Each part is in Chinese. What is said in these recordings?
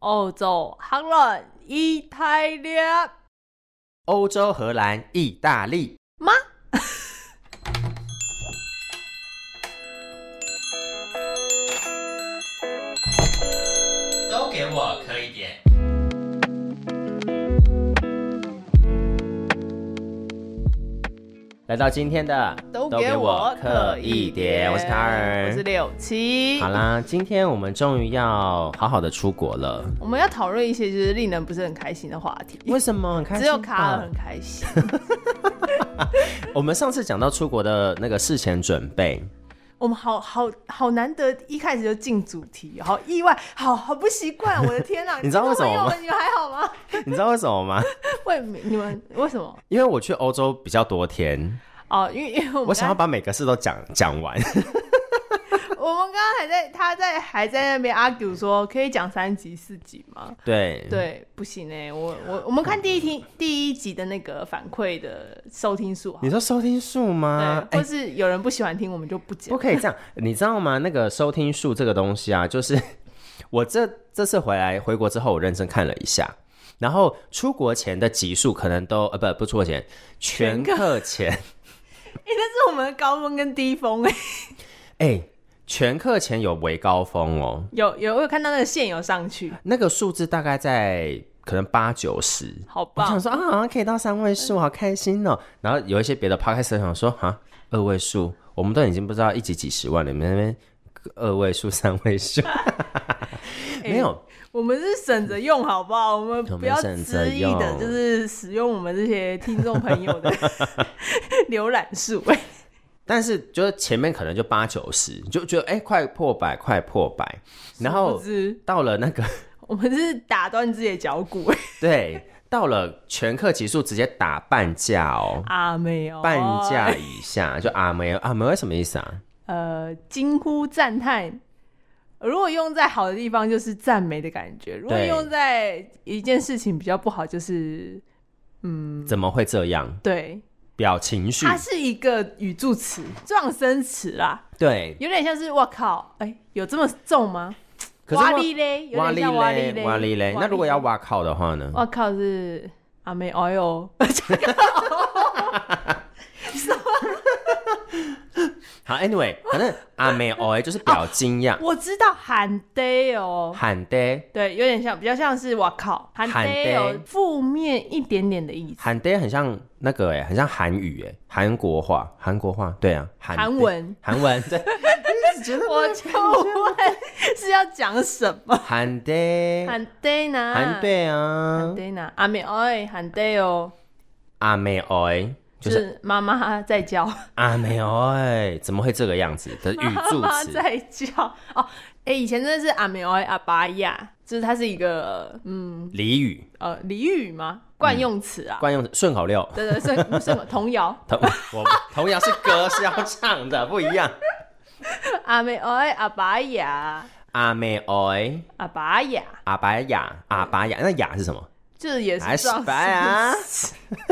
欧洲、荷兰、意大利欧洲、荷兰、意大利。吗？都给我磕一点。来到今天的，都给我刻可一点。我是卡尔，我是六七。好啦，今天我们终于要好好的出国 了。我们要讨论一些就是令人不是很开心的话题，为什么很开心？只有卡尔很。开心。 我们上次讲到出国的那个事前准备， 我们好好好难得一开始就进主题，哦好意外，好好不习惯。我的天啊！ 你知道为什么吗你们你们还好吗？你知道为什么吗？为你们为什么？因为我去欧洲比较多天，哦，因为因为我们我想要刚把每个事都讲讲完。我们刚刚还在他在还在那边 argue 说可以讲三集四集吗？对，对，不行哎、我我我们看第一听第一集的那个反馈的收听数好 你了，说收听数吗？对，或是有人不喜欢听，我们就不不讲。可以这样，你知道吗？那个收听数这个东西啊， 就是我这这次回来回国之后，我认真看了一下，然后出国前的集数可能都呃不不出国前全课前， 哎、那是我们的高峰跟低峰哎、哎、全课前有为高峰哦， 有有我有看到那个线有上去，那个数字大概在可能八九十。好我棒想。说啊，好像可以到三位数，好开心哦。然后有一些别的 podcast 想说啊，二位数，我们都已经不知道一集几十万了，你们那边二位数、三 位数，哎没有，我们是省着用，好不好？我们我们不要省着恣意的，用就是使用我们这些听众朋友 的浏览数。欸但是就是前面可能就八九十，就觉得哎、快破百，快破百，然殊后不知到了那个 我们是打断自己的脚骨欸对，到了全课级数直接打半价哦，啊，没有半价以下就啊没有啊没有什么意思啊？呃，惊呼赞叹。如果用在好的地方，就是赞美的感觉；如果对用在一件事情比较不好，就是嗯怎么会这样？对，表情绪它是一个语助词、撞声词啦，对，有点像是“我靠”，哎、有这么重吗？可是哇哇哩嘞，哦有哇点哩像哇哩嘞，哇哩嘞，那如果要，哇靠的话呢？我靠是阿妹哎呦，好，anyway，反正啊没有，哎，就是表惊讶，我知道喊得哦，喊的。对，有点像，比较像是“我靠”喊喊得得有负面一点点的意思，韩爹很像那个哎、很像韩语哎、韩国话，韩国话，对啊，韩韩文，韩文，对，我就问是要讲什么？韩爹，喊 day 呢？韩对啊， day 呢？阿美哎，喊 day 哦，阿妹哎，就就是是妈妈在教，阿妹哎，怎么会这个样子 的语妈助妈词？在教哦。哎，以前真的是阿美哎阿巴亚，就是它是一个嗯俚语呃俚语吗？惯用词啊，惯用顺口溜， 对对，是是童谣。童 我童谣是歌是要唱的，不一 样。阿美哎阿巴亚阿妹哎，阿巴亚，阿白雅，阿白雅，那雅是什么？就是也阿是西撞白啊雅。，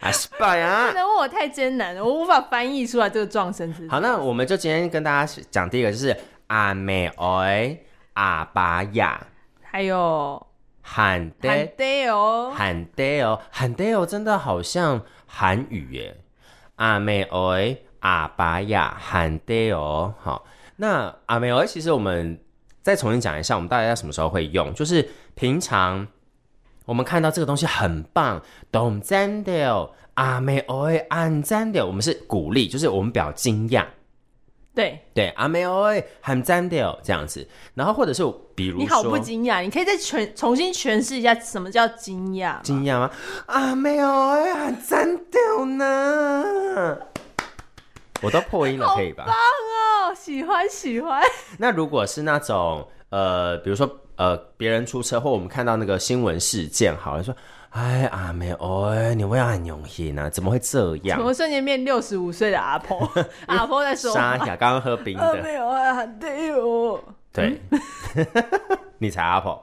阿西白啊雅 不。能问我太艰难了，我无法翻译出来这个撞声词。好，那我们就今天跟大家讲第一个，就是阿美哎，阿巴雅，还有喊喊的 day 哦，喊的哦，喊的哦，真的好像韩语耶。阿美哎，阿巴雅，喊的哦。好，那阿美哎，其实我们再重新讲一下，我们大概在什么时候会用？就是平常我们看到这个东西很棒，懂赞的哦，阿美哎，按赞的，我们是鼓励，就是我们表惊讶。对。对，阿妹哦，很赞的哦，这样子。然后或者是比如说，你好不惊讶，你可以再诠重新诠释一下什么叫惊讶。惊讶吗？阿妹哦，很赞的呢。我都破音了，可以吧？哦，喜欢喜欢，那如果是那种呃，比如说呃，别人出车祸，我们看到那个新闻事件，好了，说，哎，阿妹哦，你为啥很用心啊？怎么会这怎样？么瞬间变六十五岁的阿 婆？阿婆在说沙哑，刚刚喝冰啊，的，没有啊，对哦，对， 你才阿婆。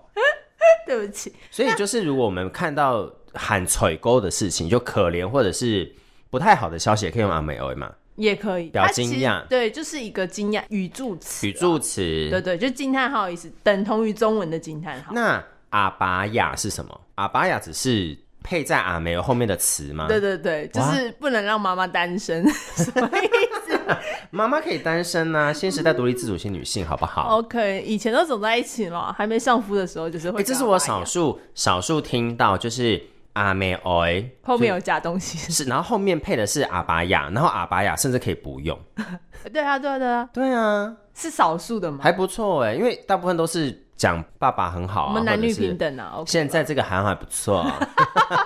对不起，所以就是，如果我们看到喊“垂钩”的事情，就可怜或者是不太好的消息，也可以用阿美欧嘛。也可以表它其实惊讶对，就是一个惊讶语助词啊，语对助词。对，就惊叹号意思，等同于中文的惊叹号。那阿巴雅是什么？阿巴雅只是配在阿梅尔后面的词吗？对对对，就哇是不能让妈妈单 身，什么意思妈妈可以单身啊呐、新时代独立自主性女性，好不哦好？ ？OK，以前都走在一起了，还没相夫的时候就是哎、会。这是我少，数少数听到，就是阿美哎，后面有加东西。是，然后后面配的是阿巴雅，然后阿巴雅甚至可以不用。对啊，对啊，对啊，对啊，是少数的嘛。还不错哎，因为大部分都是讲爸爸很好、啊，我们男或女者是平。等啊，OK，现在这个韩还不错啊、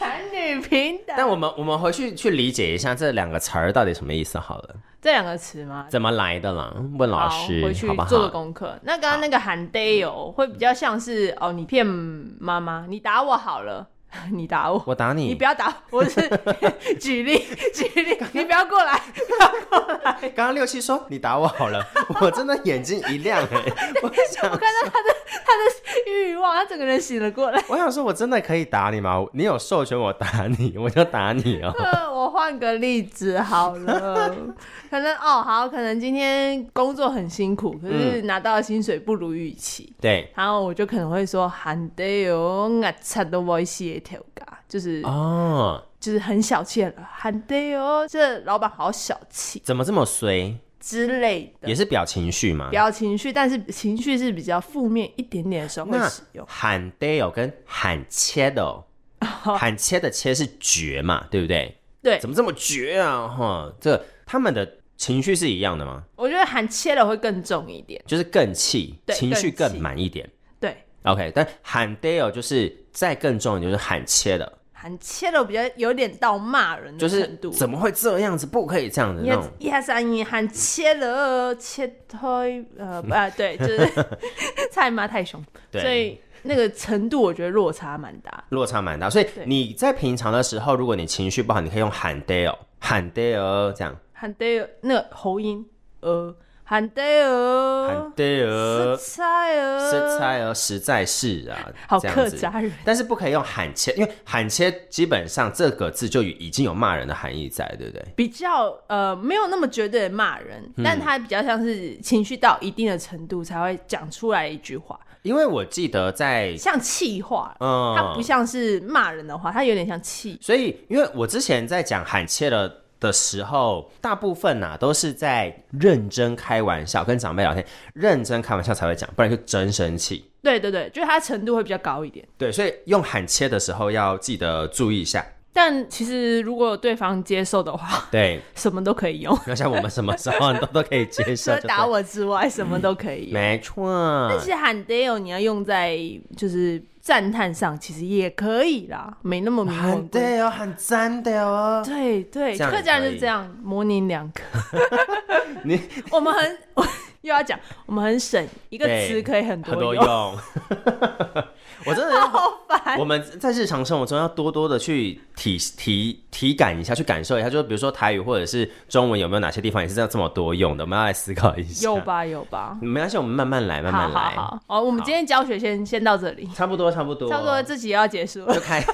男女平等但我们我们回去去理解一下这两个词儿到底什么意思好了， 这两个词吗？怎么来的啦？问老好师回去好不做个好？嗯功课。那刚刚那个喊 day 哦，会比较像是哦，你骗妈妈，你打我好了， 你打我，我打你你不，要打我，我是 举例举例，你不要过来，刚刚六七说你打我好 了，我真的眼睛一亮哎、我想欲望，他整个人醒了过 来。我想说，我真的可以打你吗？你有授权我打你， 我就打你哦。呃我换个例子好了，可能哦好，可能今天工作很辛苦，可嗯是拿到的薪水不如预期，对，然后我就可能会说喊 day 哦，我擦的我写条嘎，就是哦，就是很小气了，喊对哦，这老板好小气怎么这么衰？之类的，也是啊表情绪嘛比。较情绪，但是情绪是比较负面一点点的时候会那使用。喊 d a l 跟喊切的哦、喊切的切是绝嘛，对不对？对怎，么这么绝啊？哈，这他们的情绪是一样的吗？我觉得喊切了会更重一点。就是更气，对情绪更气更满一点。对， OK，但喊 d a l 就是再更重一点，就是喊切的，喊切了比较有点到骂人就的是程度。怎么会这样子？不可以这样子你那看种。一二三一喊切了切推 呃不啊对，就是 菜妈太凶，对所以那个程度我觉得落差蛮大。落差蛮大，所以对你在平常的时候，如果你情绪不好，你可以用喊 Dale 喊 Dale 这样喊对那个喉音呃喊对喊哦，食 Dale 材哦，实在而实在是啊，好这样客子家人但是不可以用喊切，因为喊切基本上这个字就已经有骂人的含义在，对不对？比较呃没有那么绝对的骂人，嗯但他比较像是情绪到一定的程度才会讲出来一句话，因为我记得在像气话，嗯，它不像是骂人的话，它有点像气。所以，因为我之前在讲喊切了的时候，大部分呐、都是在认真开玩笑，跟长辈聊天，认真开玩笑才会讲，不然就真生气。对对对，就是它程度会比较高一点。对，所以用喊切的时候要记得注意一下。但其实如果对方接受的话， 对，什么都可以用，要像我们什么时候都都可以接除受了啊就对，打我之外，什么都可以用。没错但。是喊 Dale 你要用在就是赞叹上，其实也可以啦，没那么迷喊惑。对哦，喊赞的哦。对对，这样也客家人可就以这样模棱两可。 你我们很， 我又要讲，我们很省一个对词可以很很多多用，用， 我真的要。好烦。我们在日常生活中要多多的去体体体感一下，去感受一下，就是比如说台语或者是中文有没有哪些地方也是这样这么多用的，我们要来思考一下。有？吧有吧，没关系，我们慢慢来，慢好慢好来，好，好，我们好今天教学先先到这里，差不多，差不多，差不多这集要结束了。就开。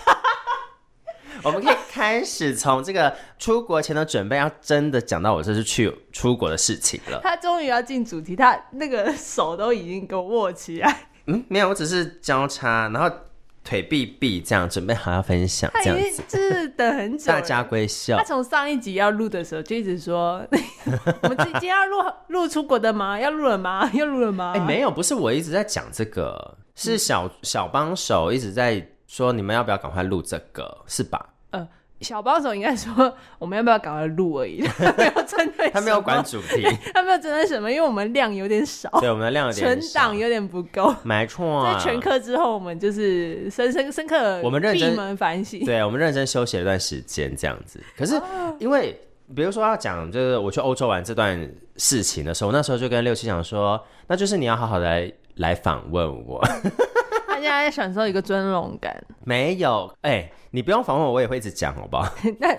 我们可以开始从这个出国前的准备，要真的讲到我这是去出国的事情了。他终于要进主题，他那个手都已经给我握起来，嗯，没有，我只是交叉，然后腿避避这样，准备好要分享他已这样经子，就是等很久大了。家闺秀他。从上一集要录的时候就一直说， 我们今今天要录录出国的吗？要录了吗？ 要录了吗？哎、没有，不是我一直在讲这个，嗯是小小帮手一直在说你们要不要赶快录这个，是吧？呃，小帮手应该说我们要不要赶快录而已， 他没有针对，他没有管，主题，他没有针哎对什么，因为我们量有点少， 对，我们的量有哦存点少档，有点不够。没错、在啊，全课之后，我们就是深深深刻，我们认真闭门反省。对，我们认真休息了一段时间，这样子。可是哦因为，比如说要讲，就是我去欧洲玩这段事情的时候，那时候就跟六七讲说，那就是你要好好的来来访问 我。他现在在享受一个尊荣 感。没有，哎、你不用访问我，我也会一直讲，好不好？那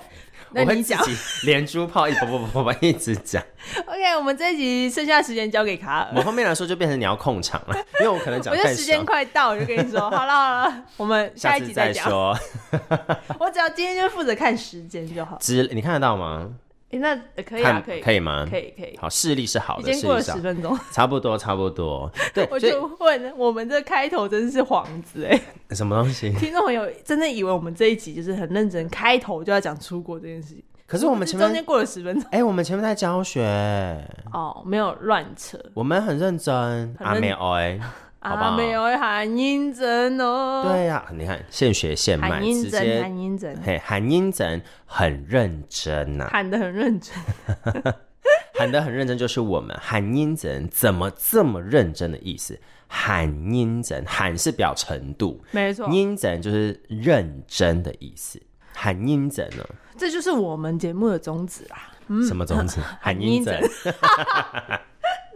那我会你自讲己连珠炮一啵啵啵啵啵一直讲。 ，OK，我们这一集剩下时间交给卡尔 某。方面来说，就变成你要控场 了，因为我可能讲我觉得太时间少。快到，我就跟你说，好了好了，我们下下一次集再讲。说， 我只要今天就负责看时间就好。之你看得到吗？诶那呃可以啊，看可以，可以吗？可以，可以。好，视力是好已的，经视过力了是好十，分 钟，差不多差不多。对， 我所就问我们这开头真是幌子 哎、以什么 东西？听众朋友真的以为我们这一集就是很认真，开头就要讲出国这件事情。可是我们是前中面间过了十分钟哎、我们前面在教学，哦，没有乱扯我们很认真。很阿认妹哎， 好不好啊，没有喊音真哦，，对呀、你看现学现卖，喊直音真，接喊音真，嘿喊音整很认真呐、喊得很认真，喊得很认真就是我们喊音整怎么这么认真的意思？喊音整，喊是表程度，没错，音整就是认真的意思。喊音整呢，这就是我们节目的宗旨啊。什么 宗旨？喊音整喊。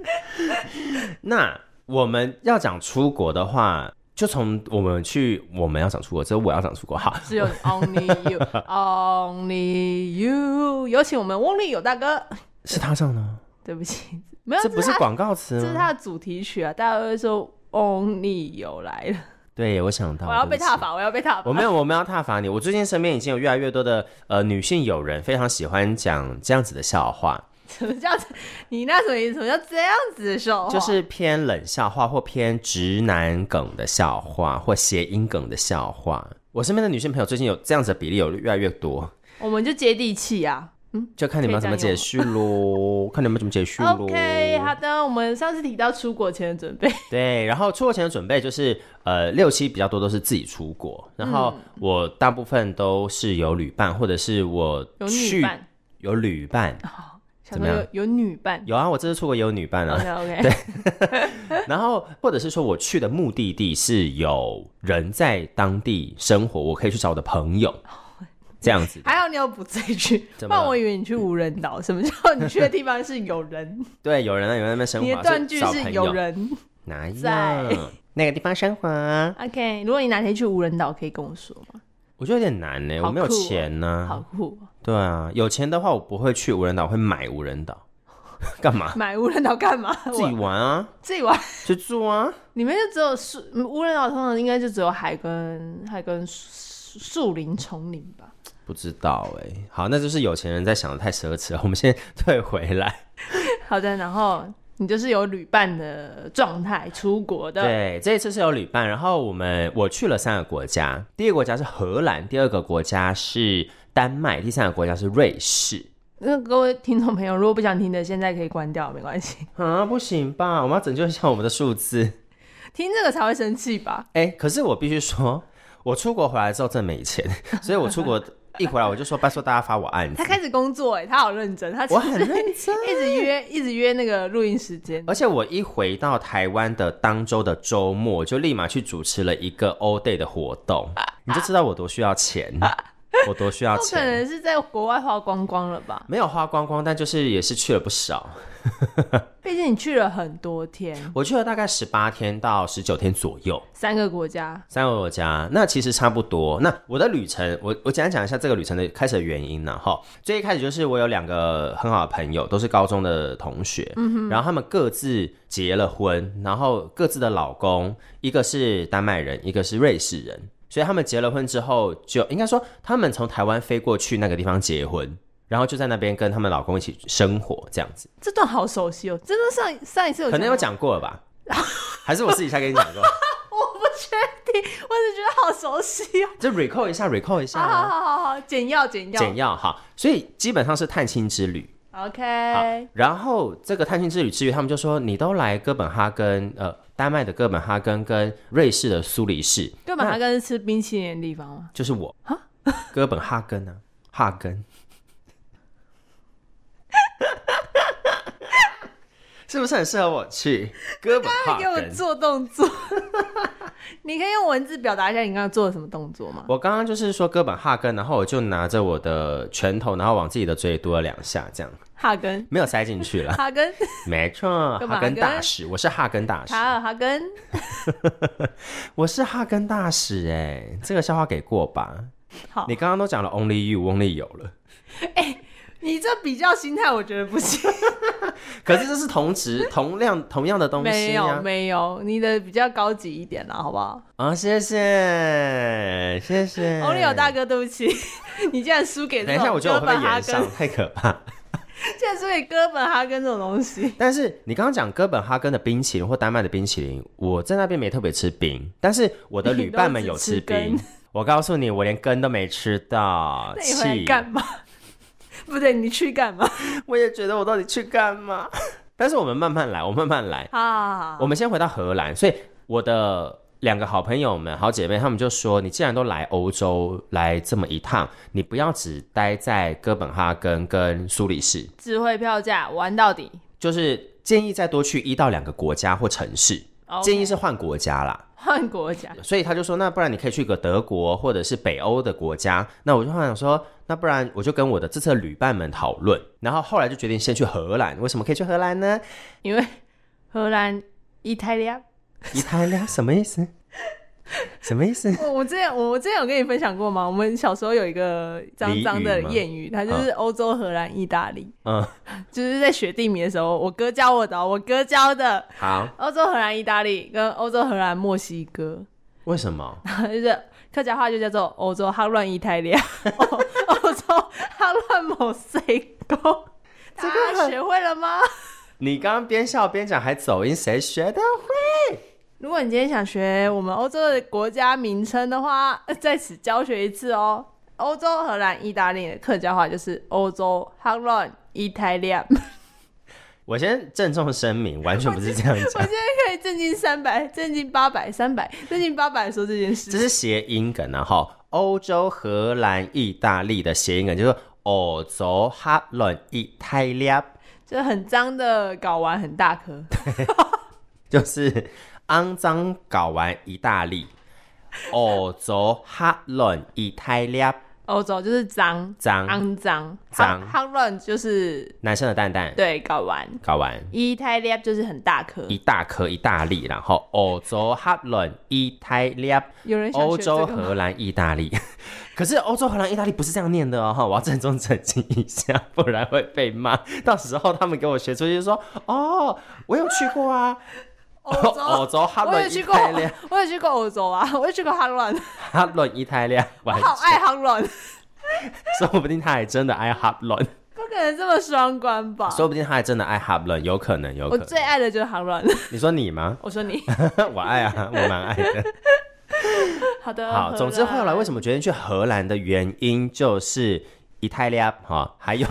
那我们要讲出国的话，就从我们去，我们要讲出国，这我要讲出 国。好，只有 Only You，Only You，有请我们翁立友大哥。是他唱的吗？对不起，没有，这不是他广告词这呃是吗？他的主题曲啊，大家会说 Only 有来了，对，我想到，我要被对不起踏。伐，我要被踏伐。我没有，我没有要踏伐你。我最近身边已经有越来越多的呃女性友人非常喜欢讲这样子的笑话，什么叫你那什么意思？什么叫这样子的笑话？就是偏冷笑话或偏直男梗的笑话或谐音梗的笑话。我身边的女性朋友最近有这样子的比例有越来越多，我们就接地气啊。就看你们要怎么解释喽，看你们怎么解释喽。 OK，好的，我们上次提到出国前的准备，对，然后出国前的准备就是，呃，六七比较多都是自己出国，然后嗯我大部分都是有旅伴，或者是我有女去伴，有旅 伴，想怎么说有有女伴。有啊，我这次出国也有旅伴啊， OK OK，然后或者是说我去的目的地是有人在当地生活，我可以去找我的朋友，哦这样子。还好你有补这一句，不怎么然了我以为你去无人岛。什么叫你去的地方是有 人？对，有人啊，有人在那边生活，你的断句所以找是朋有友人。哪在样？那个地方生活啊， OK，如果你哪天去无人岛，可以跟我说吗？我觉得有点难呢，好我没有酷哦钱呢、好酷哦，对啊，有钱的话我不会去无人岛，我会买无人岛， 干嘛？买无人岛干嘛？自己我玩啊，自己玩。 去住啊。里面就只有树，嗯无人岛通常应该就只有海跟海跟树树林、丛林吧。 不知道哎、好，那就是有钱人在想的太奢侈了。我们先退回来。好的，然后你就是有旅伴的状态出国的，对，这一次是有旅伴，然后我们我去了三个国家，第一个国家是荷兰，第二个国家是丹麦，第三个国家是瑞士。那各位听众朋友，如果不想听的，现在可以关掉，没关系。 啊，不行吧？我们要拯救一下我们的数 字。听这个才会生气 吧？哎、可是我必须说，我出国回来之后真没钱， 所以我出国一回来我就说，拜托大家发我案 子他。开始工作、哎，他好认真，他我很认真， 一直约，一直约那个录音时间。而且我一回到台湾的当周的周末，我就立马去主持了一个 all day 的活动，你就知道我多需要 钱，我多需要不可钱。能是在国外花光光了吧？没有花光光，但就是也是去了不少。毕竟你去了很多天，我去了大概十八天到十九天左右，三个国家，三个国家，那其实差不多。那我的旅程，我我简单讲一下这个旅程的开始的原因呢。哈，最一开始就是我有两个很好的朋友，都是高中的同学，然后他们各自结了婚，然后各自的老公，一个是丹麦人，一个是瑞士人，所以他们结了婚之后就，应该说他们从台湾飞过去那个地方结婚，然后就在那边跟他们老公一起生活这样子。这段好熟悉哦、真的上上一次有可能有吗讲过了吧？ 还是我私底下跟你讲 过？我不确定，我只觉得好熟悉哦。就 recall 一下，recall 一下好啊、好好好好，简要简要。简要哈，所以基本上是探亲之旅。好 OK，，然后这个探亲之旅之余，他们就说你都来哥本哈根，呃，丹麦的哥本哈根跟瑞士的苏黎世，哥本哈根是吃冰淇淋的地方吗？就是我哥本哈根啊，哈 根，是不是很适合我去哥本哈给我根？做动作，你可以用文字表达一下你刚刚做了什么动作吗？我刚刚就是说哥本哈根，然后我就拿着我的拳头，然后往自己的嘴嘟了两下，这样哈根，没有塞进去 了。哈根，没错，哥本哈哈根根大使，我是哈根大使，卡尔哈根，我是哈根大使哎、这个笑话给过吧？好你，刚刚都讲了 Only You，Only 有了，你这比较心态我觉得不行，可是这是同值同量同样的东没西有啊！没有，你的比较高级一点啦，好不好？啊，谢谢谢谢。欧利有大哥，对不起，你竟然输给这等一下，种我觉得哥我会本被哈延根上，太可怕。现在输给哥本哈根这种东西，但是你刚刚讲哥本哈根的冰淇淋或丹麦的冰淇淋，我在那边没特别吃冰，但是我的旅伴们有吃你都 冰只吃。我告诉你，我连根都没吃到，那你回来气！干 嘛？不对，你去干嘛？我也觉得我到底去干嘛？ 但是我们慢慢来，我慢慢来。啊，我们先回到荷兰，所以我的两个好朋友们、好姐妹，她们就说：“你既然都来欧洲来这么一趟，你不要只待在哥本哈根跟苏黎世，智慧票价玩到底。就是建议再多去一到两个国家或城市。 OK 建议是换国家啦。哦换国家，所以他就说，那不然你可以去个德国或者是北欧的国家。那我就幻想说，那不然我就跟我的这次的旅伴们讨论，然后后来就决定先去荷兰。为什么可以去荷兰呢？因为荷兰、意大利，啊意大利什么意思？什么意 思？我我之前我我之前有跟你分享过吗？我们小时候有一个脏脏的俚语谚语，啊吗它就是欧洲、荷兰、意大利，嗯，就是在学地名的时候，我哥教我的哦，我哥教的。好，欧洲、荷兰、意大利跟欧洲、荷兰、墨西哥，为什么？就是客家话就叫做欧洲哈乱意大利，欧欧洲哈乱某谁沟。这大个家很学会了吗？你刚刚边笑边讲还走音，谁学的？如果你今天想学我们欧洲的国家名称的话，呃在此教学一次哦。欧洲、荷兰、意大利的客家话就是欧洲 h o l a n d Italia。我先郑重声明，完全不是这样我讲现，在可以震惊三百、震惊八百、三百、震惊八百说这件这事。是谐音梗啊！哈，欧洲、荷兰、意大利的谐音梗就是欧洲哈伦意大利，就是很脏的睾丸很大颗，就是肮脏搞完意大利，欧洲哈伦意大利欧洲就是脏、脏肮脏、脏 h o l a n d 就是男生的蛋蛋对睾丸搞完。 ，Italia 就是很大颗。一大颗意大利，然后欧洲、哈伦、意大利，有人想欧学这洲、个吗荷兰、意大利， 可是欧洲、荷兰、意大利不是这样念的哦，哈，我要郑重澄清一下，不然会被骂。 到时候他们给我学出去就说，哦，我有去过啊， 欧 欧洲，洲、哈我有伦、去意过大利，，我有去过欧洲啊，我有去过哈乱。哈伦、意大利，我完，好爱哈伦， 说不定他还真的爱哈伦，不可能这么双关吧？说不定他还真的爱哈伦，有可能，有可我能。最爱的就是哈伦。你说你吗？ 我说你我爱 啊，我蛮爱的。好的，好，总之后来为么什么决定去荷兰的原因就是意大利哈、还有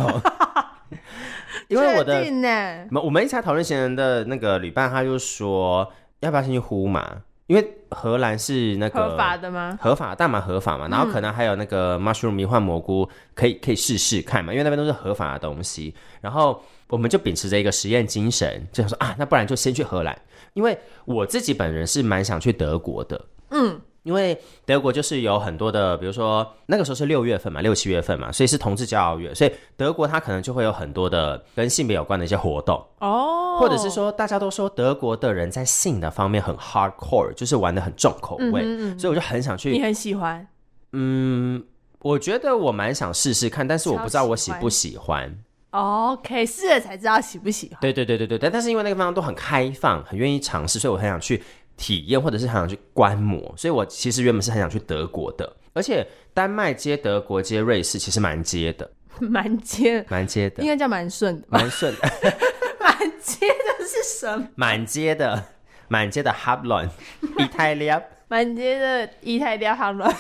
因为我的呢？我们一起来讨论行人的那个旅伴，他就说要不要先去呼嘛，因为荷兰是那个合法的吗？合法大麻合法嘛，然后可能还有那个 mushroom 迷幻蘑菇，可以可以试试看嘛，因为那边都是合法的东西。然后我们就秉持着一个实验精神，就想说啊，那不然就先去荷兰，因为我自己本人是蛮想去德国的，嗯。因为德国就是有很多的，比如说那个时候是六月份嘛，六七月份嘛，所以是同志骄傲月，所以德国它可能就会有很多的跟性别有关的一些活动。哦，或者是说，大家都说德国的人在性的方面很 hardcore，就是玩的很重口味，所以我就很想你去。很喜欢嗯，我觉得我蛮想试试看，但是我不知道我喜不喜欢。哦？OK，试了才知道喜不喜欢。对对对对对，但但是因为那个地方都很开放，很愿意尝试，所以我很想去体验，或者是很想去观摩。所以我其实原本是很想去德国的，而且丹麦接德国接瑞士其实蛮接的，蛮接，蛮接应的，。该叫蛮顺的蛮顺， 蛮接的是什么？满街的，满街的 h a b l o n 意大利。蛮接的一太掉哈伦。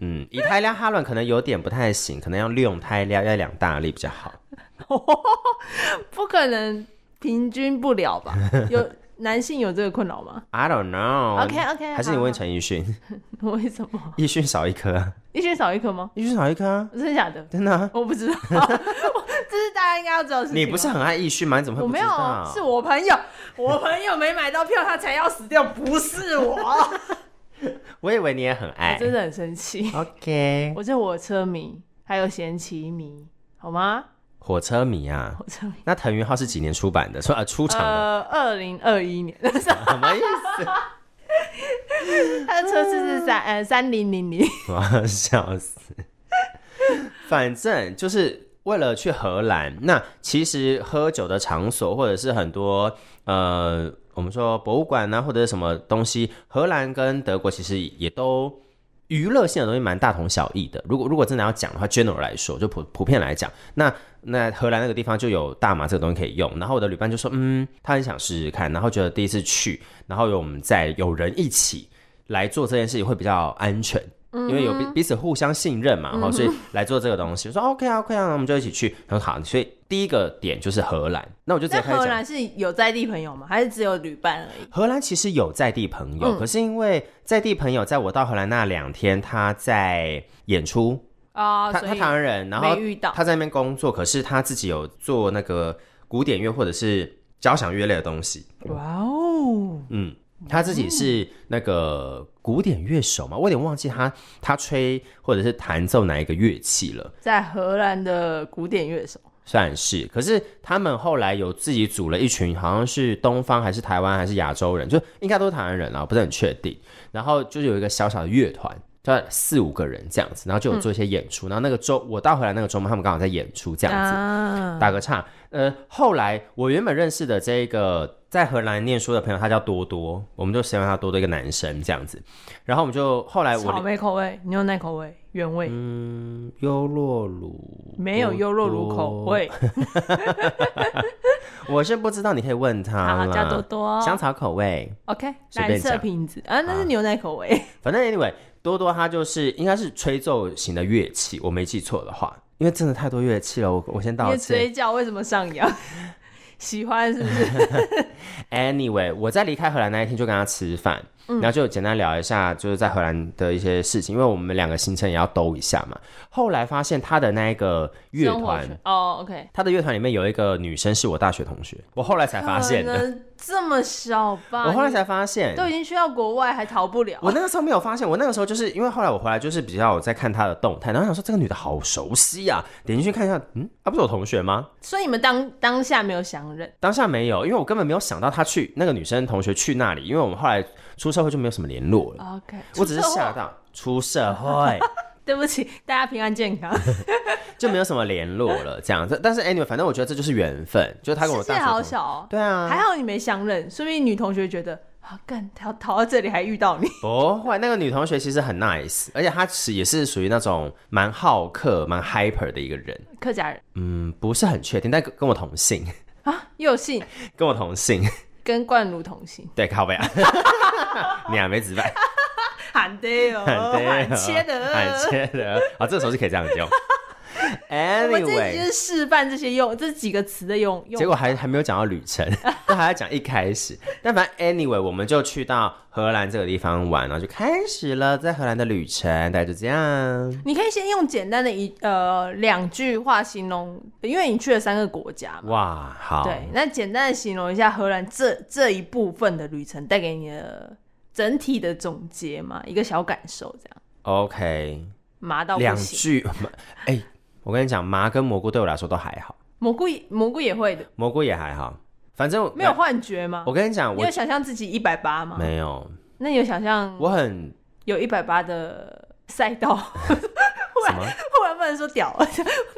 嗯，以太量哈伦可能有点不太行，可能要用太量，要两大力比较好。不可能平均不了 吧？有男性有这个困扰吗？ I don't know。 OK，OK，哦还是你问陈奕迅，为什么？奕迅少一颗啊，一圈少一颗吗？奕迅少一颗啊，真的假的？真的啊。我不知道， 我这是大家应该要知道的事情吧。 你不是很爱奕迅吗？你怎么会我不没知有啊道？，是我朋友，我朋友没买到票，他才要死掉，不是我。 我以为你也很爱。真的很生气， OK，我是火车迷，还有贤妻迷，好吗？火车迷啊火，车迷，那藤原浩是几年出版的？出啊出场的？呃，二零二一年， 什么意思？他的车次是三呃三零零零，我要 笑死。反正就是为了去荷兰，那其实喝酒的场所或者是很多呃，我们说博物馆啊或者是什么东西，荷兰跟德国其实也都娱乐性的东西蛮大同小异的。如果如果真的要讲的话，general 来说，就普普遍来讲，那那荷兰那个地方就有大麻这个东西可以用。然后我的旅伴就说，嗯，他很想试试看，然后觉得第一次去，然后有我们在有人一起来做这件事情会比较安全。嗯因为有彼彼此互相信任嘛，然后所以来做这个东西，我说 OK 啊 OK 啊，那我们就一起去，很好。所以第一个点就是荷兰，那我就直接那开始荷讲兰是有在地朋友吗？还是只有旅伴而已？荷兰其实有在地朋友，嗯可是因为在地朋友在我到荷兰那两天，他在演出，啊、他所他以台湾人，然后没遇到他在那边工作，可是他自己有做那个古典乐或者是交响乐类的东西，哇哦，嗯。他自己是那个古典乐手嘛，我有点忘记他他吹或者是弹奏哪一个乐器了。在荷兰的古典乐手，算是，可是他们后来有自己组了一群，好像是东方还是台湾还是亚洲人，就应该都是台湾人啦，我不是很确定。然后就是有一个小小的乐团，大概四五个人这样子，然后就有做一些演出。然后那个周我到回来那个周末，他们刚好在演出这样子，啊，打个岔。呃，后来我原本认识的这个在荷兰念书的朋友，他叫多多，我们就形容他多多一个男生这样子。然后我们就后来草哎我莓口味、牛奶口味、原味，嗯优酪乳没有优酪乳口多多味，我是不知道，你可以问他好，啦。加多多香草口味， ，OK，随蓝便讲色瓶子啊，那啊是牛奶口味，反正 anyway，多多它就是应该是吹奏型的乐器，我没记错的话，因为真的太多乐器了，我我先你道的歉。嘴角为什么上扬？ 喜欢是不是？ Anyway，我在离开荷兰那一天就跟他吃饭，嗯然后就简单聊一下就是在荷兰的一些事情，因为我们两个行程也要兜一下嘛。后来发现他的那一个 乐生活团，圈哦，OK，他的乐团里面有一个女生是我大学同学，我后来才发现可的，能这么小哦吧？我后来你才发现，都已经去到国外，还逃不了。我那个时候没有发现，我那个时候就是因为后来我回来就是比较有在看她的动态，然后想说这个女的好熟悉啊，点进去看一下，嗯，她、不是我同学吗？所以你们当当下没有相认，当下没有，因为我根本没有想到她去那个女生同学去那里，因为我们后来出社会就没有什么联络了， OK，我只是吓到出 社会对不起，大家平安健康。就没有什么联络了，这样子。但是 anyway，反正我觉得这就是缘分，就是她跟我世界大学好同学小哦，对啊，还好你没相认，说不定女同学觉得啊，干逃逃到这里还遇到你， 不会，那个女同学其实很 nice，而且她是也是属于那种蛮好客、蛮 hyper 的一个人。客家人嗯，不是很确定，但跟跟我同姓，啊，又姓跟我同姓， 跟冠如同姓，对，靠背啊， 你还没直白，喊对 哦，对，喊切的，很切的，啊，这个时候是可以这样用。 我们这集就 Anyway，是示范这些用这几个词的用用结果还还没有讲到旅程， 都还要讲一开始。但反正 anyway，我们就去到荷兰这个地方玩，然后就开始了在荷兰的旅程，大概就这样。你可以先用简单的一呃两句话形容，因为你去了三个国家嘛。哇，好，对，那简单的形容一下荷兰这这一部分的旅程带给你的整体的总结嘛，一个小感受这样， ，OK，麻到两不行。句， 哎、我跟你讲，麻跟蘑菇对我来说都还好，蘑菇也蘑菇也会的，蘑菇也还好，反正没有。幻觉吗我？跟你讲，你我有想象自己一百八吗？没有，那你有想象我很有一百八的赛道？ 什么？忽然不能说屌，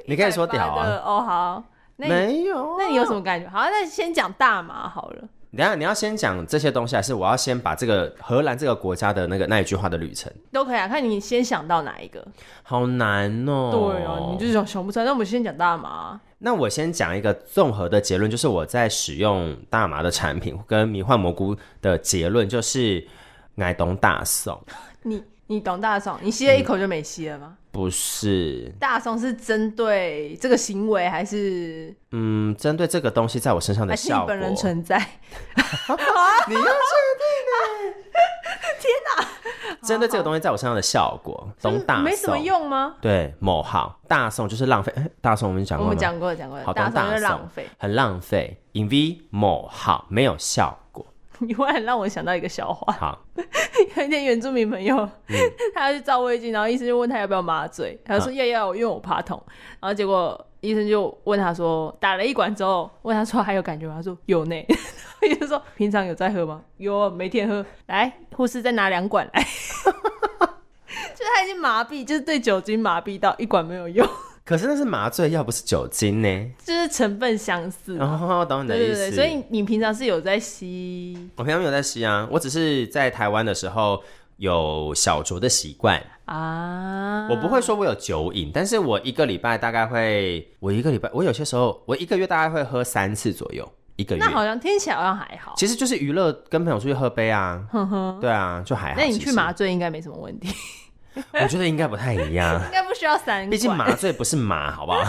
你可以说屌180啊，的哦，好，那你没有。啊那你有什么感觉？好，那先讲大麻好了。等一下你要先讲这些东西，还啊是我要先把这个荷兰这个国家的那个那一句话的旅程？都可以啊，看你先想到哪一个。好难哦。对哦，你就想想不出来。那我们先讲大麻。啊那我先讲一个综合的结论，就是我在使用大麻的产品跟迷幻蘑菇的结论就是。爱懂大宋你你懂大宋？你吸嗯了一口就没吸了吗？不是，大宋是针对这个行为，还是嗯，针对这个东西在我身上的还是你效果，本人存在？你要确定、天哪！针对这个东西在我身上的效果，懂大是 没什么宋用吗？对，某号大宋就是浪费，诶大宋我们讲我过们吗？讲过讲过，好大懂宋就是大浪宋费。 很浪费，inv 某号没有效果。你忽然让我想到一个笑话，好，有一天原住民朋友，嗯 他要去照胃镜，然后医生就问他要不要麻醉，他就啊说要要，要因为我怕痛。然后结果医生就问他说，打了一管之后，问他说还有感觉吗？他说有呢。 医生说平常有在喝吗？有，啊每天喝。来，护士再拿两管来。 就是他已经麻痹，就是对酒精麻痹到一管没有用， 可是那是麻醉药，不是酒精呢。就是成分相似。哦，懂你的对对意对，思。所以你平常是有在吸我平常没有在吸啊，我只是在台湾的时候有小酌的习惯，啊，我不会说我有酒瘾，但是我一个礼拜大概会，我一个礼拜，我有些时候，我一个月大概会喝三次左右，一个月那。好像听起来好像还好。 其实就是娱乐，跟朋友出去喝杯啊，对啊，就还好。哦那你其去实麻醉应该没什么问题，，我觉得应该不太一样应该不需要三管。毕竟麻醉不是麻，好 不好？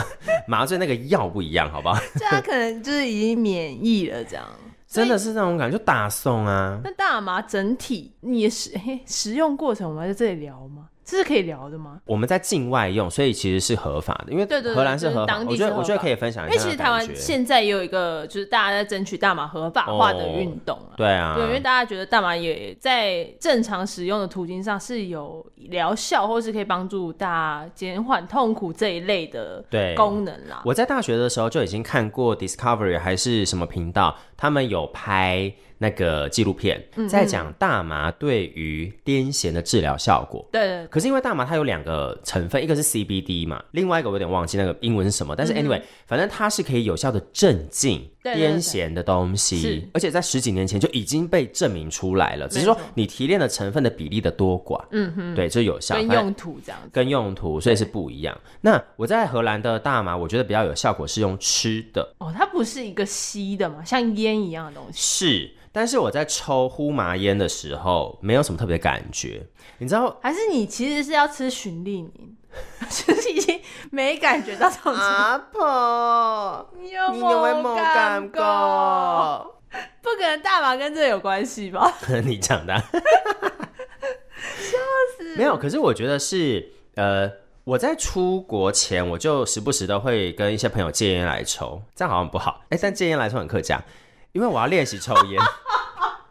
麻醉那个药不一样，好不好？就 他啊可能就是已经免疫了这样。真的是那种感觉，就打送啊。那大麻整体你的使嘿使用过程，我们要在这里聊吗？这是可以聊的吗？我们在境外用，所以其实是合法的，因为对对对荷兰是合就是法。当地我觉是得合我法觉得可以分享因一为下其那实台个感湾觉。现在也有一个就是大家在争取大麻合法化的运动啊。对啊，对，因为大家觉得大麻也在正常使用的途径上是有疗效，或是可以帮助大家减缓痛苦这一类的对功能啦。我在大学的时候就已经看过 Discovery 还是什么频道，他们有拍那个纪录片，嗯在讲大麻对于癫痫的治疗效果。对对可是因为大麻它有两个成分，一个是 CBD 嘛，另外一个我有点忘记那个英文是什么，但是 anyway，、反正它是可以有效的镇静嗯对对对癫痫的东是西，而且在十几年前就已经被证明出来了，只是没说你提炼的成分的比例的多寡，嗯哼，对，这有效。跟反正用途这样子。跟用途，所以是不一样。那我在荷兰的大麻，我觉得比较有效果是用吃的，哦，它不是一个吸的嘛，像烟一样的东西。是。但是我在抽呼麻烟的时候，没有什么特别的感觉。你知道还是你其实是要吃循利宁， 就是已经没感觉到这种程度。阿婆，你有啊你有没有感过？觉？不可能大麻跟这有关系吧？ 你讲的啊，笑死！没有，可是我觉得是呃，我在出国前，我就时不时的会跟一些朋友戒烟来抽，这样好像很不好。哎、但戒烟来抽很客家，因为我要练习抽 烟。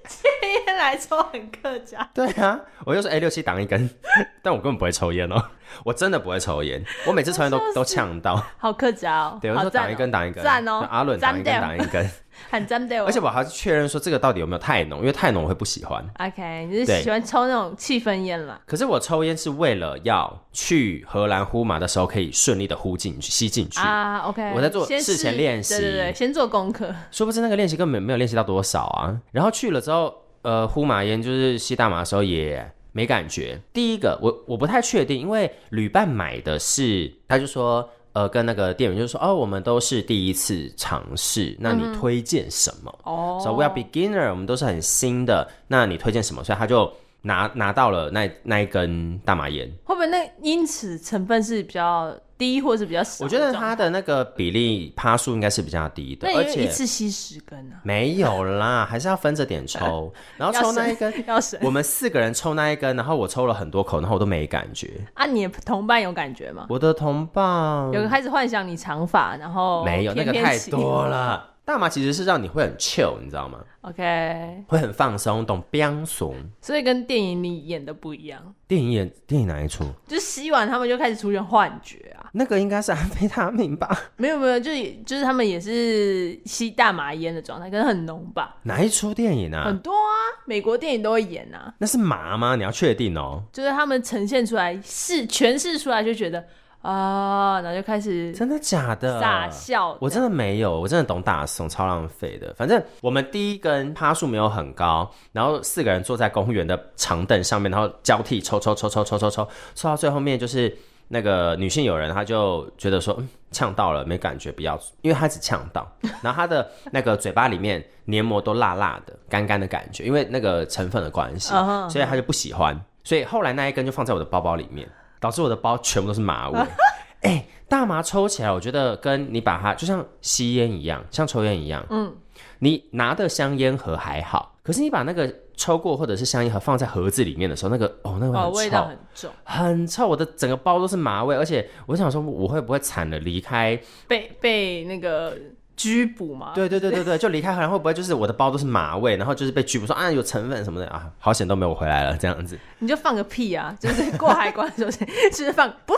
今天来抽很客家，对啊，我就说哎，六七挡一根， 但我根本不会抽烟哦，我真的不会抽烟，我每次抽烟都都呛到。好客家哦，对，我就好说赞挡一根，哦，挡一根，赞哦阿伦挡一根，赞挡一 根，很赞哦对我。而且我还是确认说这个到底有没有太浓，因为太浓我会不喜欢。 OK，你是对喜欢抽那种气氛烟啦？可是我抽烟是为了要去荷兰呼麻的时候可以顺利的呼进去、吸进去，啊，OK，我在做先事前练习对对对，先做功课。殊不知那个练习根本没有练习到多少啊。然后去了之后，呃，呼麻烟就是吸大麻的时候也没感觉。第一个，我我不太确定，因为旅伴买的是，他就说。呃，跟那个店员就说，哦，我们都是第一次尝试，那你推荐什么？哦 So we are beginner，我们都是很新的。那你推荐什么？所以他就拿拿到了那那一根大麻烟。会不会那因此成分是比较低，或是比较少？我觉得它，的那个比例趴数应该是比较低的那，而你就一且次吸十根啊，没有啦，还是要分着 点抽。然后要抽那省一根，要省我们四个人抽那一根，然后我抽了很多口，然后我都没感 觉。啊！你的同伴有感觉吗？我的同伴有个开始幻想你长发，然后嗯没有，那个翩太翩起舞多。了。大麻其实是让你会很 chill，你知道吗？ OK，会很放松，懂冰怂。所以跟电影里演的不一样，电影演电影哪一出？就吸完他们就开始出现幻觉啊。那个应该是安非他命 吧？没有没有，就也就是他们也是吸大麻烟的状态，可能很浓吧，哪一出电影啊很？多啊，美国电影都会演啊，那是麻吗？你要确定哦。就是他们呈现出来是诠释出来就觉得啊、然后就开始真的假的？傻笑。我真的没有，我真的懂打送，超浪费的。反正我们第一根趴数没有很高，然后四个人坐在公园的长凳上面，然后交替抽抽抽抽抽抽抽，抽到最后面就是那个女性友人，她就觉得说，嗯，呛到了没感觉，不要，因为她只呛到，然后她的那个嘴巴里面黏膜都辣辣的、干干的感觉，因为那个成分的关系嗯哼，所以她就不喜欢，所以后来那一根就放在我的包包里面，导致我的包全部都是麻嗯味。 哎、大麻抽起来，我觉得跟你把它就像吸烟一样，像抽烟一样，嗯，你拿的香烟盒还好，可是你把那个抽过或者是香烟盒放在盒子里面的时候，那个哦，那个哦，味味很臭，道很重，很臭，我的整个包都是麻味，而且我想说，我会不会惨了离开？被被那个拘捕嘛。对对对对对，就离开荷兰会不会就是我的包都是麻味，然后就是被拘捕说啊有成分什么的啊，好险都没有回来了这样子。你就放个屁啊！就是过海关的时候，就是放不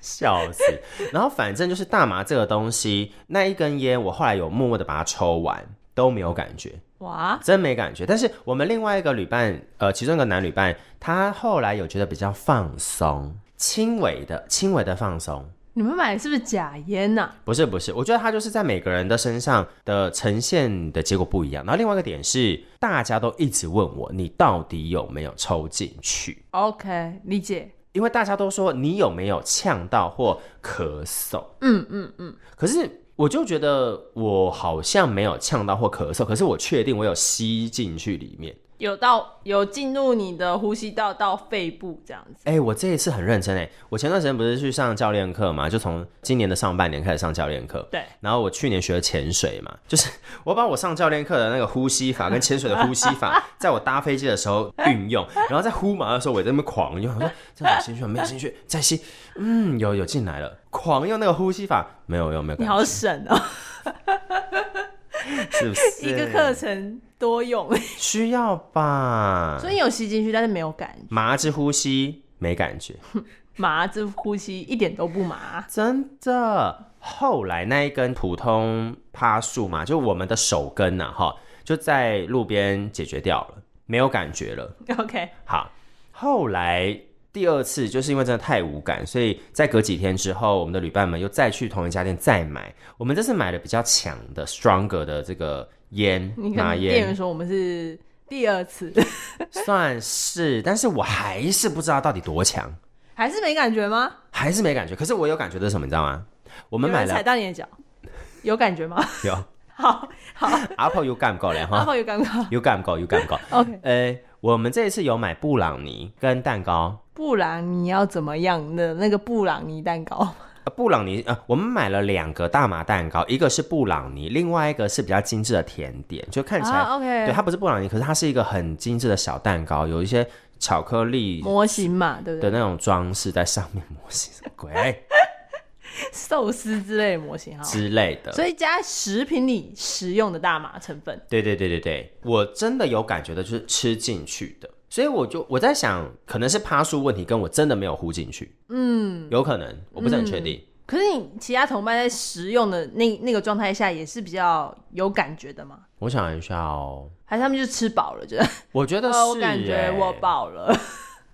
笑死！然后反正就是大麻这个东西，那一根烟我后来有默默的把它抽完，都没有感觉，哇，真没感觉。但是我们另外一个旅伴，呃，其中一个男旅伴，他后来有觉得比较放松，轻微的、轻微的放松，你们买的是不是假烟呐、啊不是不是，我觉得它就是在每个人的身上的呈现的结果不一样。然后另外一个点是，大家都一直问我，你到底有没有抽进去？ OK，理解。因为大家都说你有没有呛到或咳嗽？嗯嗯嗯。可是我就觉得我好像没有呛到或咳嗽，可是我确定我有吸进去里面。有到有进入你的呼吸道到肺部这样子，哎、我这一次很认真哎、我前段时间不是去上教练课嘛，就从今年的上半年开始上教练课。对，然后我去年学了潜水嘛， 就是我把我上教练课的那个呼吸法跟潜水的呼吸法， 在我搭飞机的时候运用，然后在呼麻的时候我也在那边狂用，我说这样有兴趣吗没有兴趣，再吸，嗯，有有进来了，狂用那个呼吸法，没有用没有你感觉，好省哦、是不是？ 一个课程多用，需要吧？所以有吸进去，但是没有感觉，麻之呼吸没感觉，麻这呼吸一点都不麻。真的。后来那一根普通趴树嘛，就我们的手根呐、哈，就在路边解决掉了，没有感觉了。 OK，好，后来第二次就是因为真的太无感，所以在隔几天之后，我们的旅伴们又再去同一家店再买。我们这次买了比较强的、stronger 的这个烟，你跟麻店 烟员说我们是第二次， 算是，但是我还是不知道到底多强， 还是没感觉吗？还是没感觉。可是我有感觉的是什么，你知道吗？我我们买了踩到你的脚，有感觉吗？有 好好， Apple 有感觉了然 哈，后有感觉。有感觉有感觉。 OK，呃，我们这一次有买布朗尼跟蛋糕，布朗尼要怎么样的那个布朗尼蛋糕？呃布朗尼，呃，我们买了两个大麻蛋糕，一个是布朗尼，另外一个是比较精致的甜点，就看起来，啊，OK 对，它不是布朗尼，可是它是一个很精致的小蛋糕，有一些巧克力模型嘛，对不的对？那种装饰在上面，模型什么鬼哎寿司之类的模型哈。之类的。所以加食品里食用的大麻成分，对对对对对，我真的有感觉的，就是吃进去的，所以我就我在想，可能是趴数问题，跟我真的没有呼进去，嗯，有可能，我不是很嗯确定。可是你其他同伴在食用的那那个状态下也是比较有感觉的嘛？我想一下哦，还是他们就吃饱了，觉得我觉得是、欸 哦，我感觉我饱了。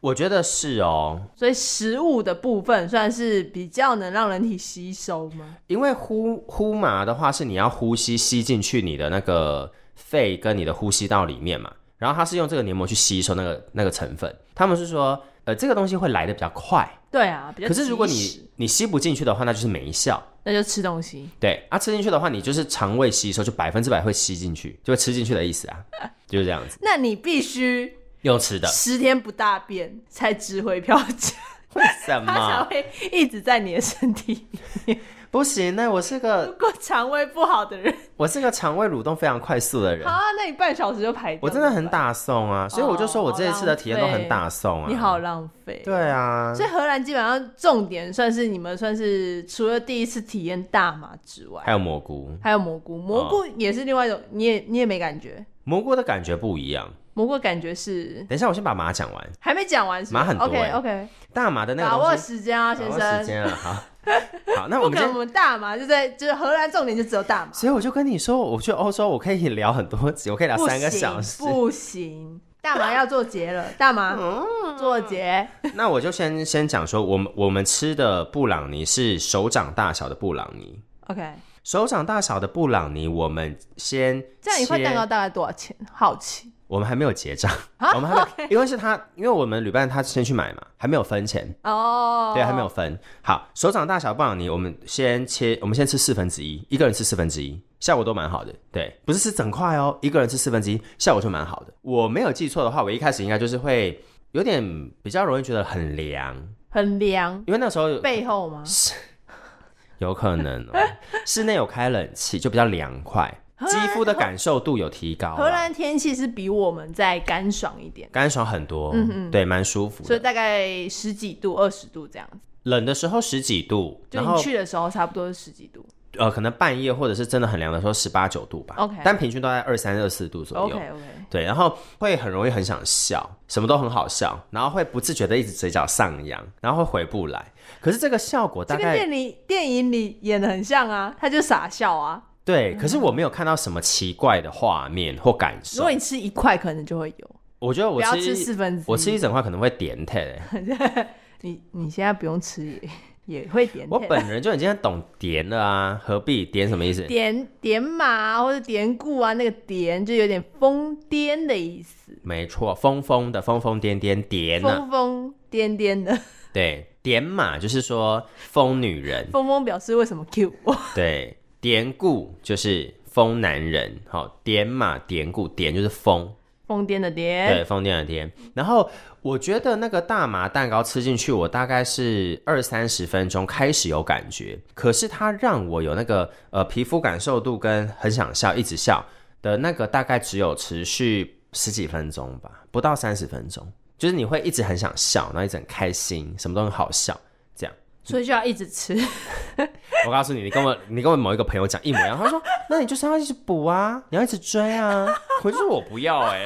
我觉得是哦，所以食物的部分算是比较能让人体吸收吗？因为呼呼麻的话是你要呼吸吸进去你的那个肺跟你的呼吸道里面嘛，然后它是用这个黏膜去吸收那个那个成分。他们是说，呃，这个东西会来的比较快，对啊，比较可是如果及时你你吸不进去的话，那就是没效。那就吃东西，对啊，吃进去的话，你就是肠胃吸收，就百分之百会吸进去，就会吃进去的意思啊， 就是这样子。那你必须用吃的，十天不大便才值回票价，为什它才么 会一直在你的身体 里。不行呢？我是个如果肠胃不好的人，我是个肠胃蠕动非常快速的人好，啊，那你半小时就排掉。我真的很打送啊，所以我就说我这一次的体验都很打怎送么啊。办，你好，浪费。对啊，所以荷兰基本上重点算是你们算是除了第一次体验大麻之外，还有哦蘑菇，还有蘑菇，蘑菇也是另外一种，你也你也没感觉，蘑菇的感觉不一样。蘑菇感觉是等一下，我先把麻讲完。还没讲完是吧，麻很多 OK 欸 OK，大麻的那把个握东西，时间啊，把先握时生。间啊，好， 好，那我不们可能，先。我们大麻就在就是荷兰重点就只有大麻，所以我就跟你说，我去欧洲，我可以聊很多集，我可以聊不三个行小时。不行，大麻要做结了，大麻做结，那我就先先讲说，我们我们吃的布朗尼是手掌大小的布朗尼， OK，手掌大小的布朗尼，我们先这样一块切蛋糕啊大概多少钱？好奇我们还没有结账， 我们还没有因为是他，因为我们旅伴他先去买嘛，还没有分钱，哦，对，还没有分。好，手掌大小布朗尼，我们先切，我们先吃四分之一，一个人吃四分之一，效果都蛮好的。对，不是吃整块哦，一个人吃四分之一，效果就蛮好的。我没有记错的话，我一开始应该就是会有点比较容易觉得很凉，很凉，因为那时候有背后吗？有可能 哦，室内有开冷气就比较凉快，啊肌肤的感受度有提高荷啦，兰天气是比我们再干爽一点，干爽很多，对，蛮舒服嗯所以的。大概十几度、二十度这样子。冷的时候十几度，就然你后去的时候差不多是十几度。呃，可能半夜或者是真的很凉的时候，十八九度吧。 OK 但平均都在二三、二四度左右。 OK OK，对，然后会很容易很想笑，什么都很好笑，然后会不自觉的一直嘴角上扬，然后会回不来。可是这个效果这大跟概电影电影里演的很像啊，他就傻笑啊。对，可是我没有看到什么奇怪的画面或感如受果。你吃一块，可能就会有。我觉得不我要吃吃一四分之一。 我吃一整块可能会点它、欸，你你现在不用吃耶，也会点我本人就已经很懂点了啊，何必点什么意思？点点马或者典故啊，那个点就有点疯癫的意思，没错，疯疯的疯疯癫癫点呢、啊，疯疯癫癫 的。对，点马就是说疯女人，疯疯表示为什么 Q 我？对，典故就是疯男人，好、点马典故点就是疯，疯癫的对，癫，疯癫的癫。然后我觉得那个大麻蛋糕吃进去，我大概是二三十分钟开始有感觉，可是它让我有那个呃皮肤感受度跟很想笑，一直笑的那个大概只有持续十几分钟吧，不到三十分钟，就是你会一直很想笑，然后一直很开心，什么都很好笑。这样，所以就要一直吃。 我告诉你，你跟我，你跟我某一个朋友讲一模一样，他说：“那你就是要一直补啊，你要一直追啊。”我就说：“我不要哎、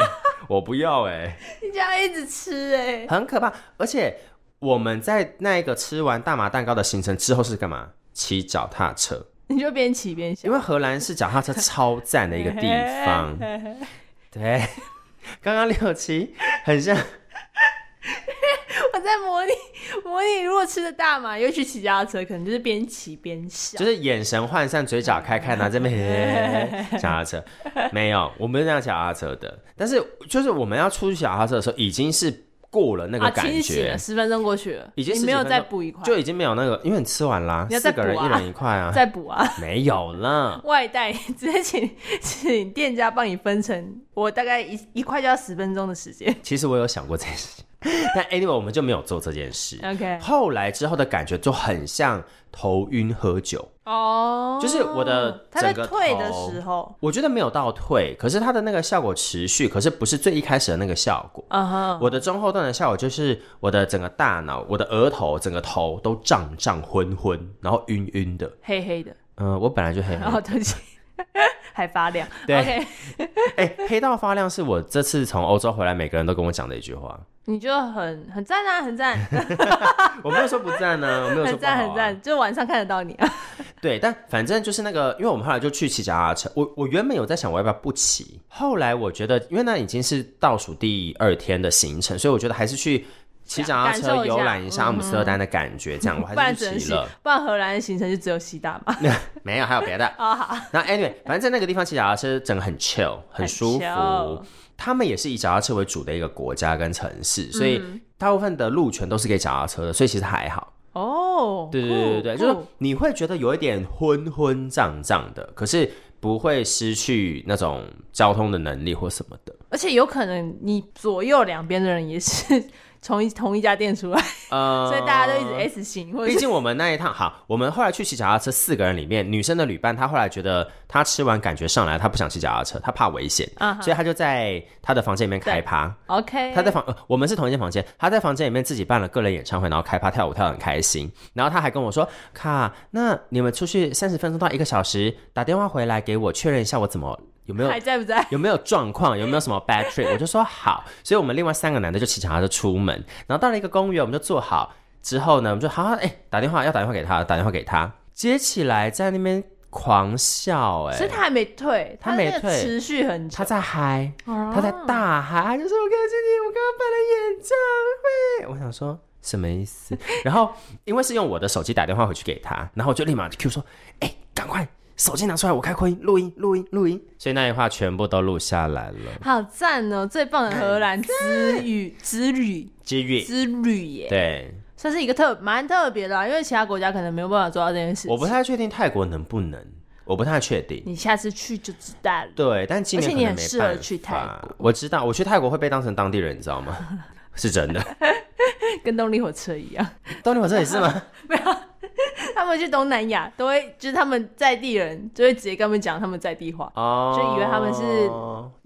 我不要哎、你就要一直吃哎、很可怕。而且我们在那一个吃完大麻蛋糕的行程之后是干嘛？骑脚踏车，你就边骑边笑。因。为荷兰是脚踏车超赞的一个地方 对，刚刚六七很像，我在模拟模拟，如果吃的大麻又去骑脚踏车，可能就是边骑边笑就。是眼神涣散，嘴角 开开，拿这边嘿嘿嘿脚踏车。没有，我们是那样脚踏车的。但是就是我们要出去脚踏车的时候，已经是过了那个啊，感清醒觉。了，十分钟过去了，已经你没有10分钟再补一块，就已经没有那个，因为你吃完啦、你要四再个人补一啊人一块 啊，再补啊。没有啦。外带直接请请店家帮你分成，我大概一一块就要十分钟的时 间。其实我有想过这件事， 但 anyway 我们就没有做这件 事。 OK，后来之后的感觉就很像头晕喝酒，哦，就是我的他在整个退的头时候，我觉得没有到退，可是它的那个效果持续，可是不是最一开始的那个效果。嗯哼，我的中后段的效果就是我的整个大脑、我的额头、整个头都胀胀、昏昏，然后晕晕的。黑黑的，嗯、我本来就黑黑然后对不起， 还发亮。对 OK，哎、黑到发亮是我这次从欧洲回来，每个人都跟我讲的一句话。你就很很赞啊，很赞，我没有说不赞呢、我没有说很不好、啊，赞，很赞，就晚上看得到你啊。对，但反正就是那个，因为我们后来就去骑脚踏车，我我原本有在想我要不要不骑，后来我觉得，因为那已经是倒数第二天的行程，所以我觉得还是去骑脚踏感车受一下嗯游览一下阿姆斯特丹的感觉，这样我 不还然是只去能骑吸了。，不然荷兰的行程就只有吸大麻 没有，还有别的。啊，好那 anyway，反正在那个地方骑脚踏车整个很 chill，很舒服 chill。他们也是以脚踏车为主的一个国家跟城嗯市，所以大部分的路权都是给脚踏车的，所以其实还好。哦，对对对对，对，酷就是酷你会觉得有一点昏昏胀胀的，可是不会失去那种交通的能力或什么的。而且有可能你左右两边的人也是 从一同一家店出来，呃，所以大家都一直 S 型，或者毕是竟我们那一趟好，我们后来去骑脚踏车，四个人里面，女生的旅伴她后来觉得她吃完感觉上来，她不想骑脚踏车，她怕危险啊哈所以她就在她的房间里面开趴。 OK，她在房、呃我们是同一间房间，她在房间里面自己办了个人演唱会，然后开趴跳舞跳得很开心。然后她还跟我说：“卡，那你们出去三十分钟到一个小时，打电话回来给我确认一下我怎么有没有还在不在？有没有状况，有没有什么 bad trip？我就说好，所以我们另外三个男的就骑脚踏车出门，然后到了一个公园，我们就坐好之后呢，我们就好好哎、打电话要打电话给他，打电话给他，接起来在那边狂笑哎、所以他还没退，他那没个退持续很久他。在嗨，他他在大喊，他就说：“我告诉你，我刚刚办了演唱会。”我想说什么意思？然后因为是用我的手机打电话回去给他，然后我就立马 Q 说：“哎、赶快手机拿出来，我开扩音、录音、录音、录音。”所以那一话全部都录下来了。好赞哦！最棒的荷兰之旅之旅之月，之旅耶，对，算是一个特蛮特别的啊、因为其他国家可能没有办法做到这件事我情。不太确定泰国能不能，我不太确定。你下次去就知道了。 对，但今嗯而年可且你能很没适合办去泰法。我知道，我去泰国会被当成当地人，你知道吗？ 是真的。跟动力火车一样， 动力火车也是吗？他们去东南亚都会，就是他们在地人就会直接跟他们讲他们在地话。哦， 就以为他们是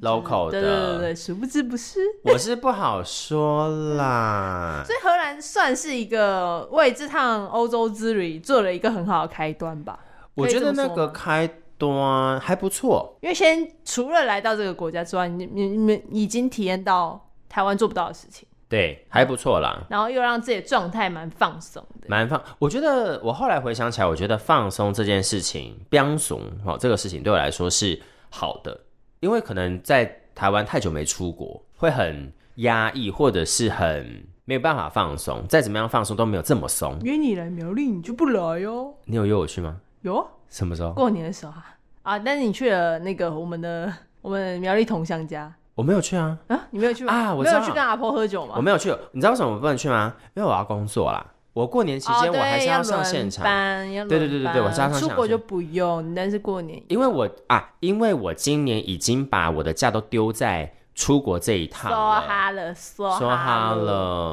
local 对的。对对对，殊不知不是。我是不好说 啦。所以荷兰算是一个为这趟欧洲之旅做了一个很好的开端吧。我觉可得以这么那说个吗开端还不错，因为先除了来到这个国家之外，你你你们已经体验到台湾做不到的事情，对，还不错啦。然后又让自己的状态蛮放松的。蛮放，我觉得我后来回想起来，我觉得放松这件事情，放松哦，这个事情对我来说是好的，因为可能在台湾太久没出国，会很压抑，或者是很没有办法放松，再怎么样放松都没有这么松。约你来苗栗你就不来哦。你有约我去吗？有啊什么时候？过年的时候啊啊，但是你去了那个我们的我们苗栗同乡家我没有去啊，啊，你没有去吗？啊我没知道有去跟阿婆喝酒吗我？没有去。啊你知道为什么我不能去吗？因为我要工作啦。我过年期间哦我还对是要要上现轮场，班要哦对对啊对对对我是要轮上班现出场国就不用，但是过年因为我啊，因为我今年已经把我的假都丢在出国这一趟说了，哈了，说说哈了。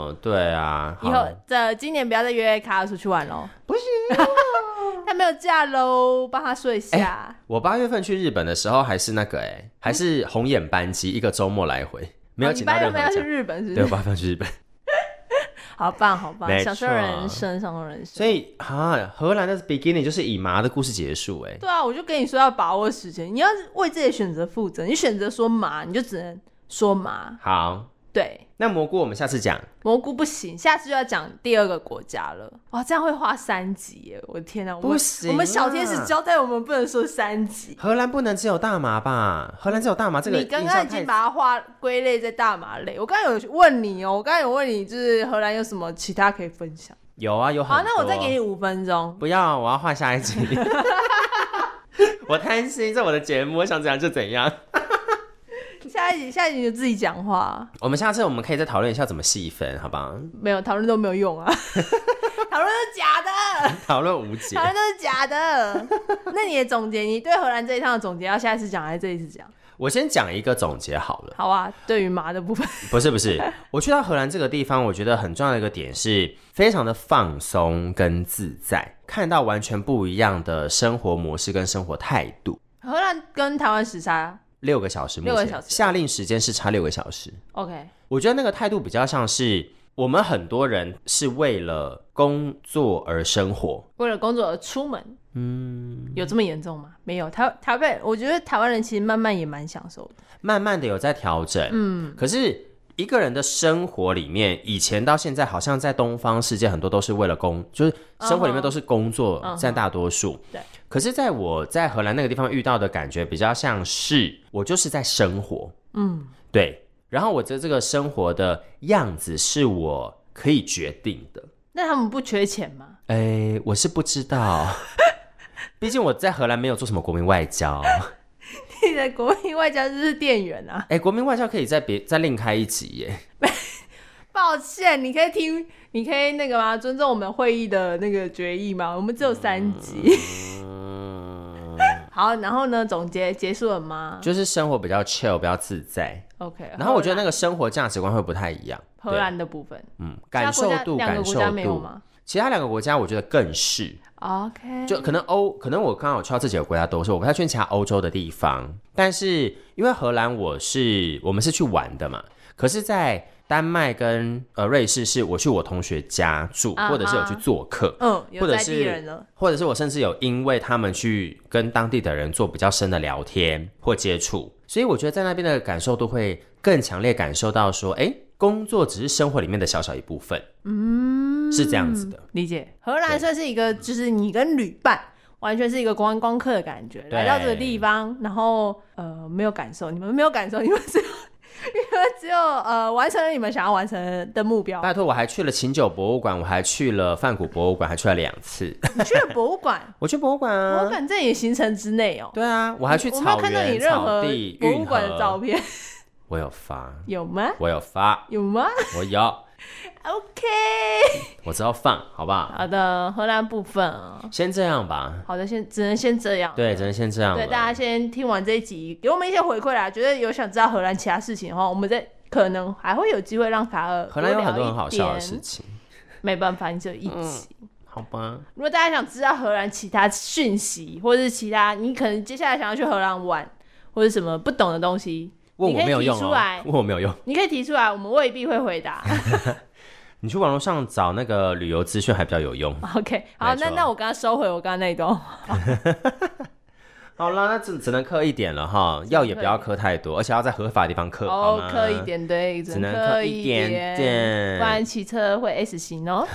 了，对啊，以后好这今年不要再约卡尔出去玩喽，不行， 他没有假喽，帮他睡一下。我八月份去日本的时候还是那个哎、还是红眼班机，一个周末来回，没嗯有哦你请到八月任份何要去假。日本是不对，我是？八月份去 日本，好棒，好棒没，享受错人生，享受人生。所以啊，荷兰的 beginning 就是以麻的故事结束哎、对啊，我就跟你说要把握时间，你要为自己的选择负责。你选择说麻，你就只能说麻。好，对，那蘑菇我们下次讲。蘑菇不行，下次就要讲第二个国家了。哇，这样会花三集耶！我的天哪、啊我不们行我们小天使啊交代我们不能说三集。荷兰不能只有大麻吧？荷兰只有大麻这个你刚印刚象已经太把它划归类在大麻类，我刚刚有问你哦，我刚刚有问你，就是荷兰有什么其他可以分享？有啊，有很好，那我再多给你五分钟。不要，我要换下一集。 我贪心，这我的节目，我想怎样就 怎样。下一集，下一集你就自己讲话，我们下次我们可以再讨论一下怎么细分，好不好？没有讨论都没有 用啊，讨论都是假的，讨论无解讨。论都是假的。那你的总结，你对荷兰这一趟的总结，要下一次讲还是这一次讲？我先讲一个总结好了。好啊，对于麻的部分，不是不是，我去到荷兰这个地方，我觉得很重要的一个点是非常的放松跟自在，看到完全不一样的生活模式跟生活态度。 荷兰跟台湾时差六个小时，目前六个小时夏令时间是差六个小时。 ，OK，我觉得那个态度比较像是我们很多人是为了工作而生活，为了工作而出门，嗯，有这么严重吗？没有，台台北，我觉得台湾人其实慢慢也蛮享受的。慢慢的有在调整。嗯，可是一个人的生活里面，以前到现在，好像在东方世界很多都是为了工，就是生活里面都是工作嗯哼占大多数。对。可是，在我在荷兰那个地方遇到的感觉，比较像是我就是在生活。嗯，对。然后我的这个生活的样子是我可以决定的。那他们不缺钱吗？哎，我是不知道，毕竟我在荷兰没有做什么国民外交。 你的国民外交就是店员啊。哎，国民外交可以再别再另开一集耶。抱歉，你可以听，你可以那个吗？尊重我们会议的那个决议吗？我们只有三集。嗯 好，然后呢？总结结束了吗就是生活比较 chill，比较自在。 ？OK。然后我觉得那个生活价值观会不太一样。荷兰的部分，对，嗯，感受度，其他国家两个感国受家没有度。吗嗯其他两个国家我觉得更是， ？OK，就可能欧，可能我刚好去到这几个国家都是，我不太去其他欧洲的地方。但是因为荷兰我是我们是去玩的嘛，可是，在丹麦跟呃瑞士是我去我同学家住，啊哈或者是有去做客。嗯，有或者在地是人了。或者是我甚至有因为他们去跟当地的人做比较深的聊天或接触，所以我觉得在那边的感受都会更强烈感受到说，哎，工作只是生活里面的小小一部分，嗯，是这样子的。理解，荷兰算是一个，就是你跟旅伴完全是一个观光客的感觉，对来到这个地方，然后呃没有感受，你们没有感受，你们只有 你们只有呃完成了你们想要完成的目标。拜托，我还去了琴酒博物馆，我还去了梵谷博物馆，还去了两次。 你 去了博物馆，我去博物馆博啊物，馆这也行程之内哦、对啊，我还去我没有草看到你原、任草何地、博运物河。馆的照片，我有发，有吗？我有发， 有吗我有， ？OK，我知道放，好不好？好的，荷兰部分啊，先这样吧。好的，先只能先这样。对，只能先这样对，了。大家先听完这一集，给我们一些回馈啦。觉得有想知道荷兰其他事情的话，我们再可能还会有机会让卡尔荷兰有很聊多一很好笑的事嗯点，情，没办法，你只有一集。好吧？如果大家想知道荷兰其他讯息，或者是其他你可能接下来想要去荷兰玩，或者什么不懂的东西，问我没有你可以用提出哦来，问我没有用。你可以提出来，我们未必会回 答。你去网络上找那个旅游资讯还比较有用。 OK，好，没错那那我刚刚收回我刚刚那一段话，好啦，那只只能刻一点了哈，药也不要刻太多，而且要在合法的地方刻，呃好哦吗，刻一。点，对，只能刻刻一点点点不然骑车会 S 型哦。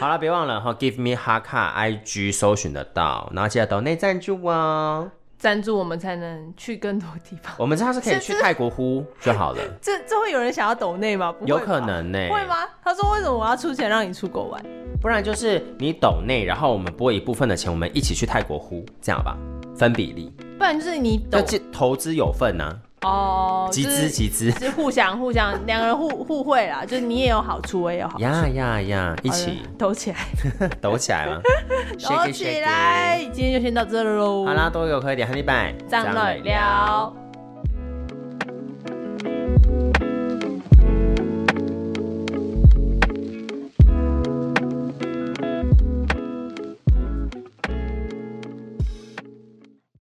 好了，别忘了哈，Give me 哈卡 IG 搜寻得到，然后记得抖内赞助哦。赞助我们才能去更多地方。我们这样是可以是去是泰国呼就好了，这这会有人想要抖内 吗？不会有吧可、能呢、会吗？他说为什么我要出钱让你出国玩？不然就是你抖内，然后我们拨一部分的钱，我们一起去泰国呼，这样吧，分比例，不然就是你抖那这投资有份呐、哦，集就是资集资，是互相互相两个人互互惠啦，就是你也有好处，我也有好处，呀呀呀，一起好的抖 起来，抖起来 吗？抖 Shake it, shake 起 it 来！今天就先到这喽，好啦，多有喝一点，喝一拜，张磊聊。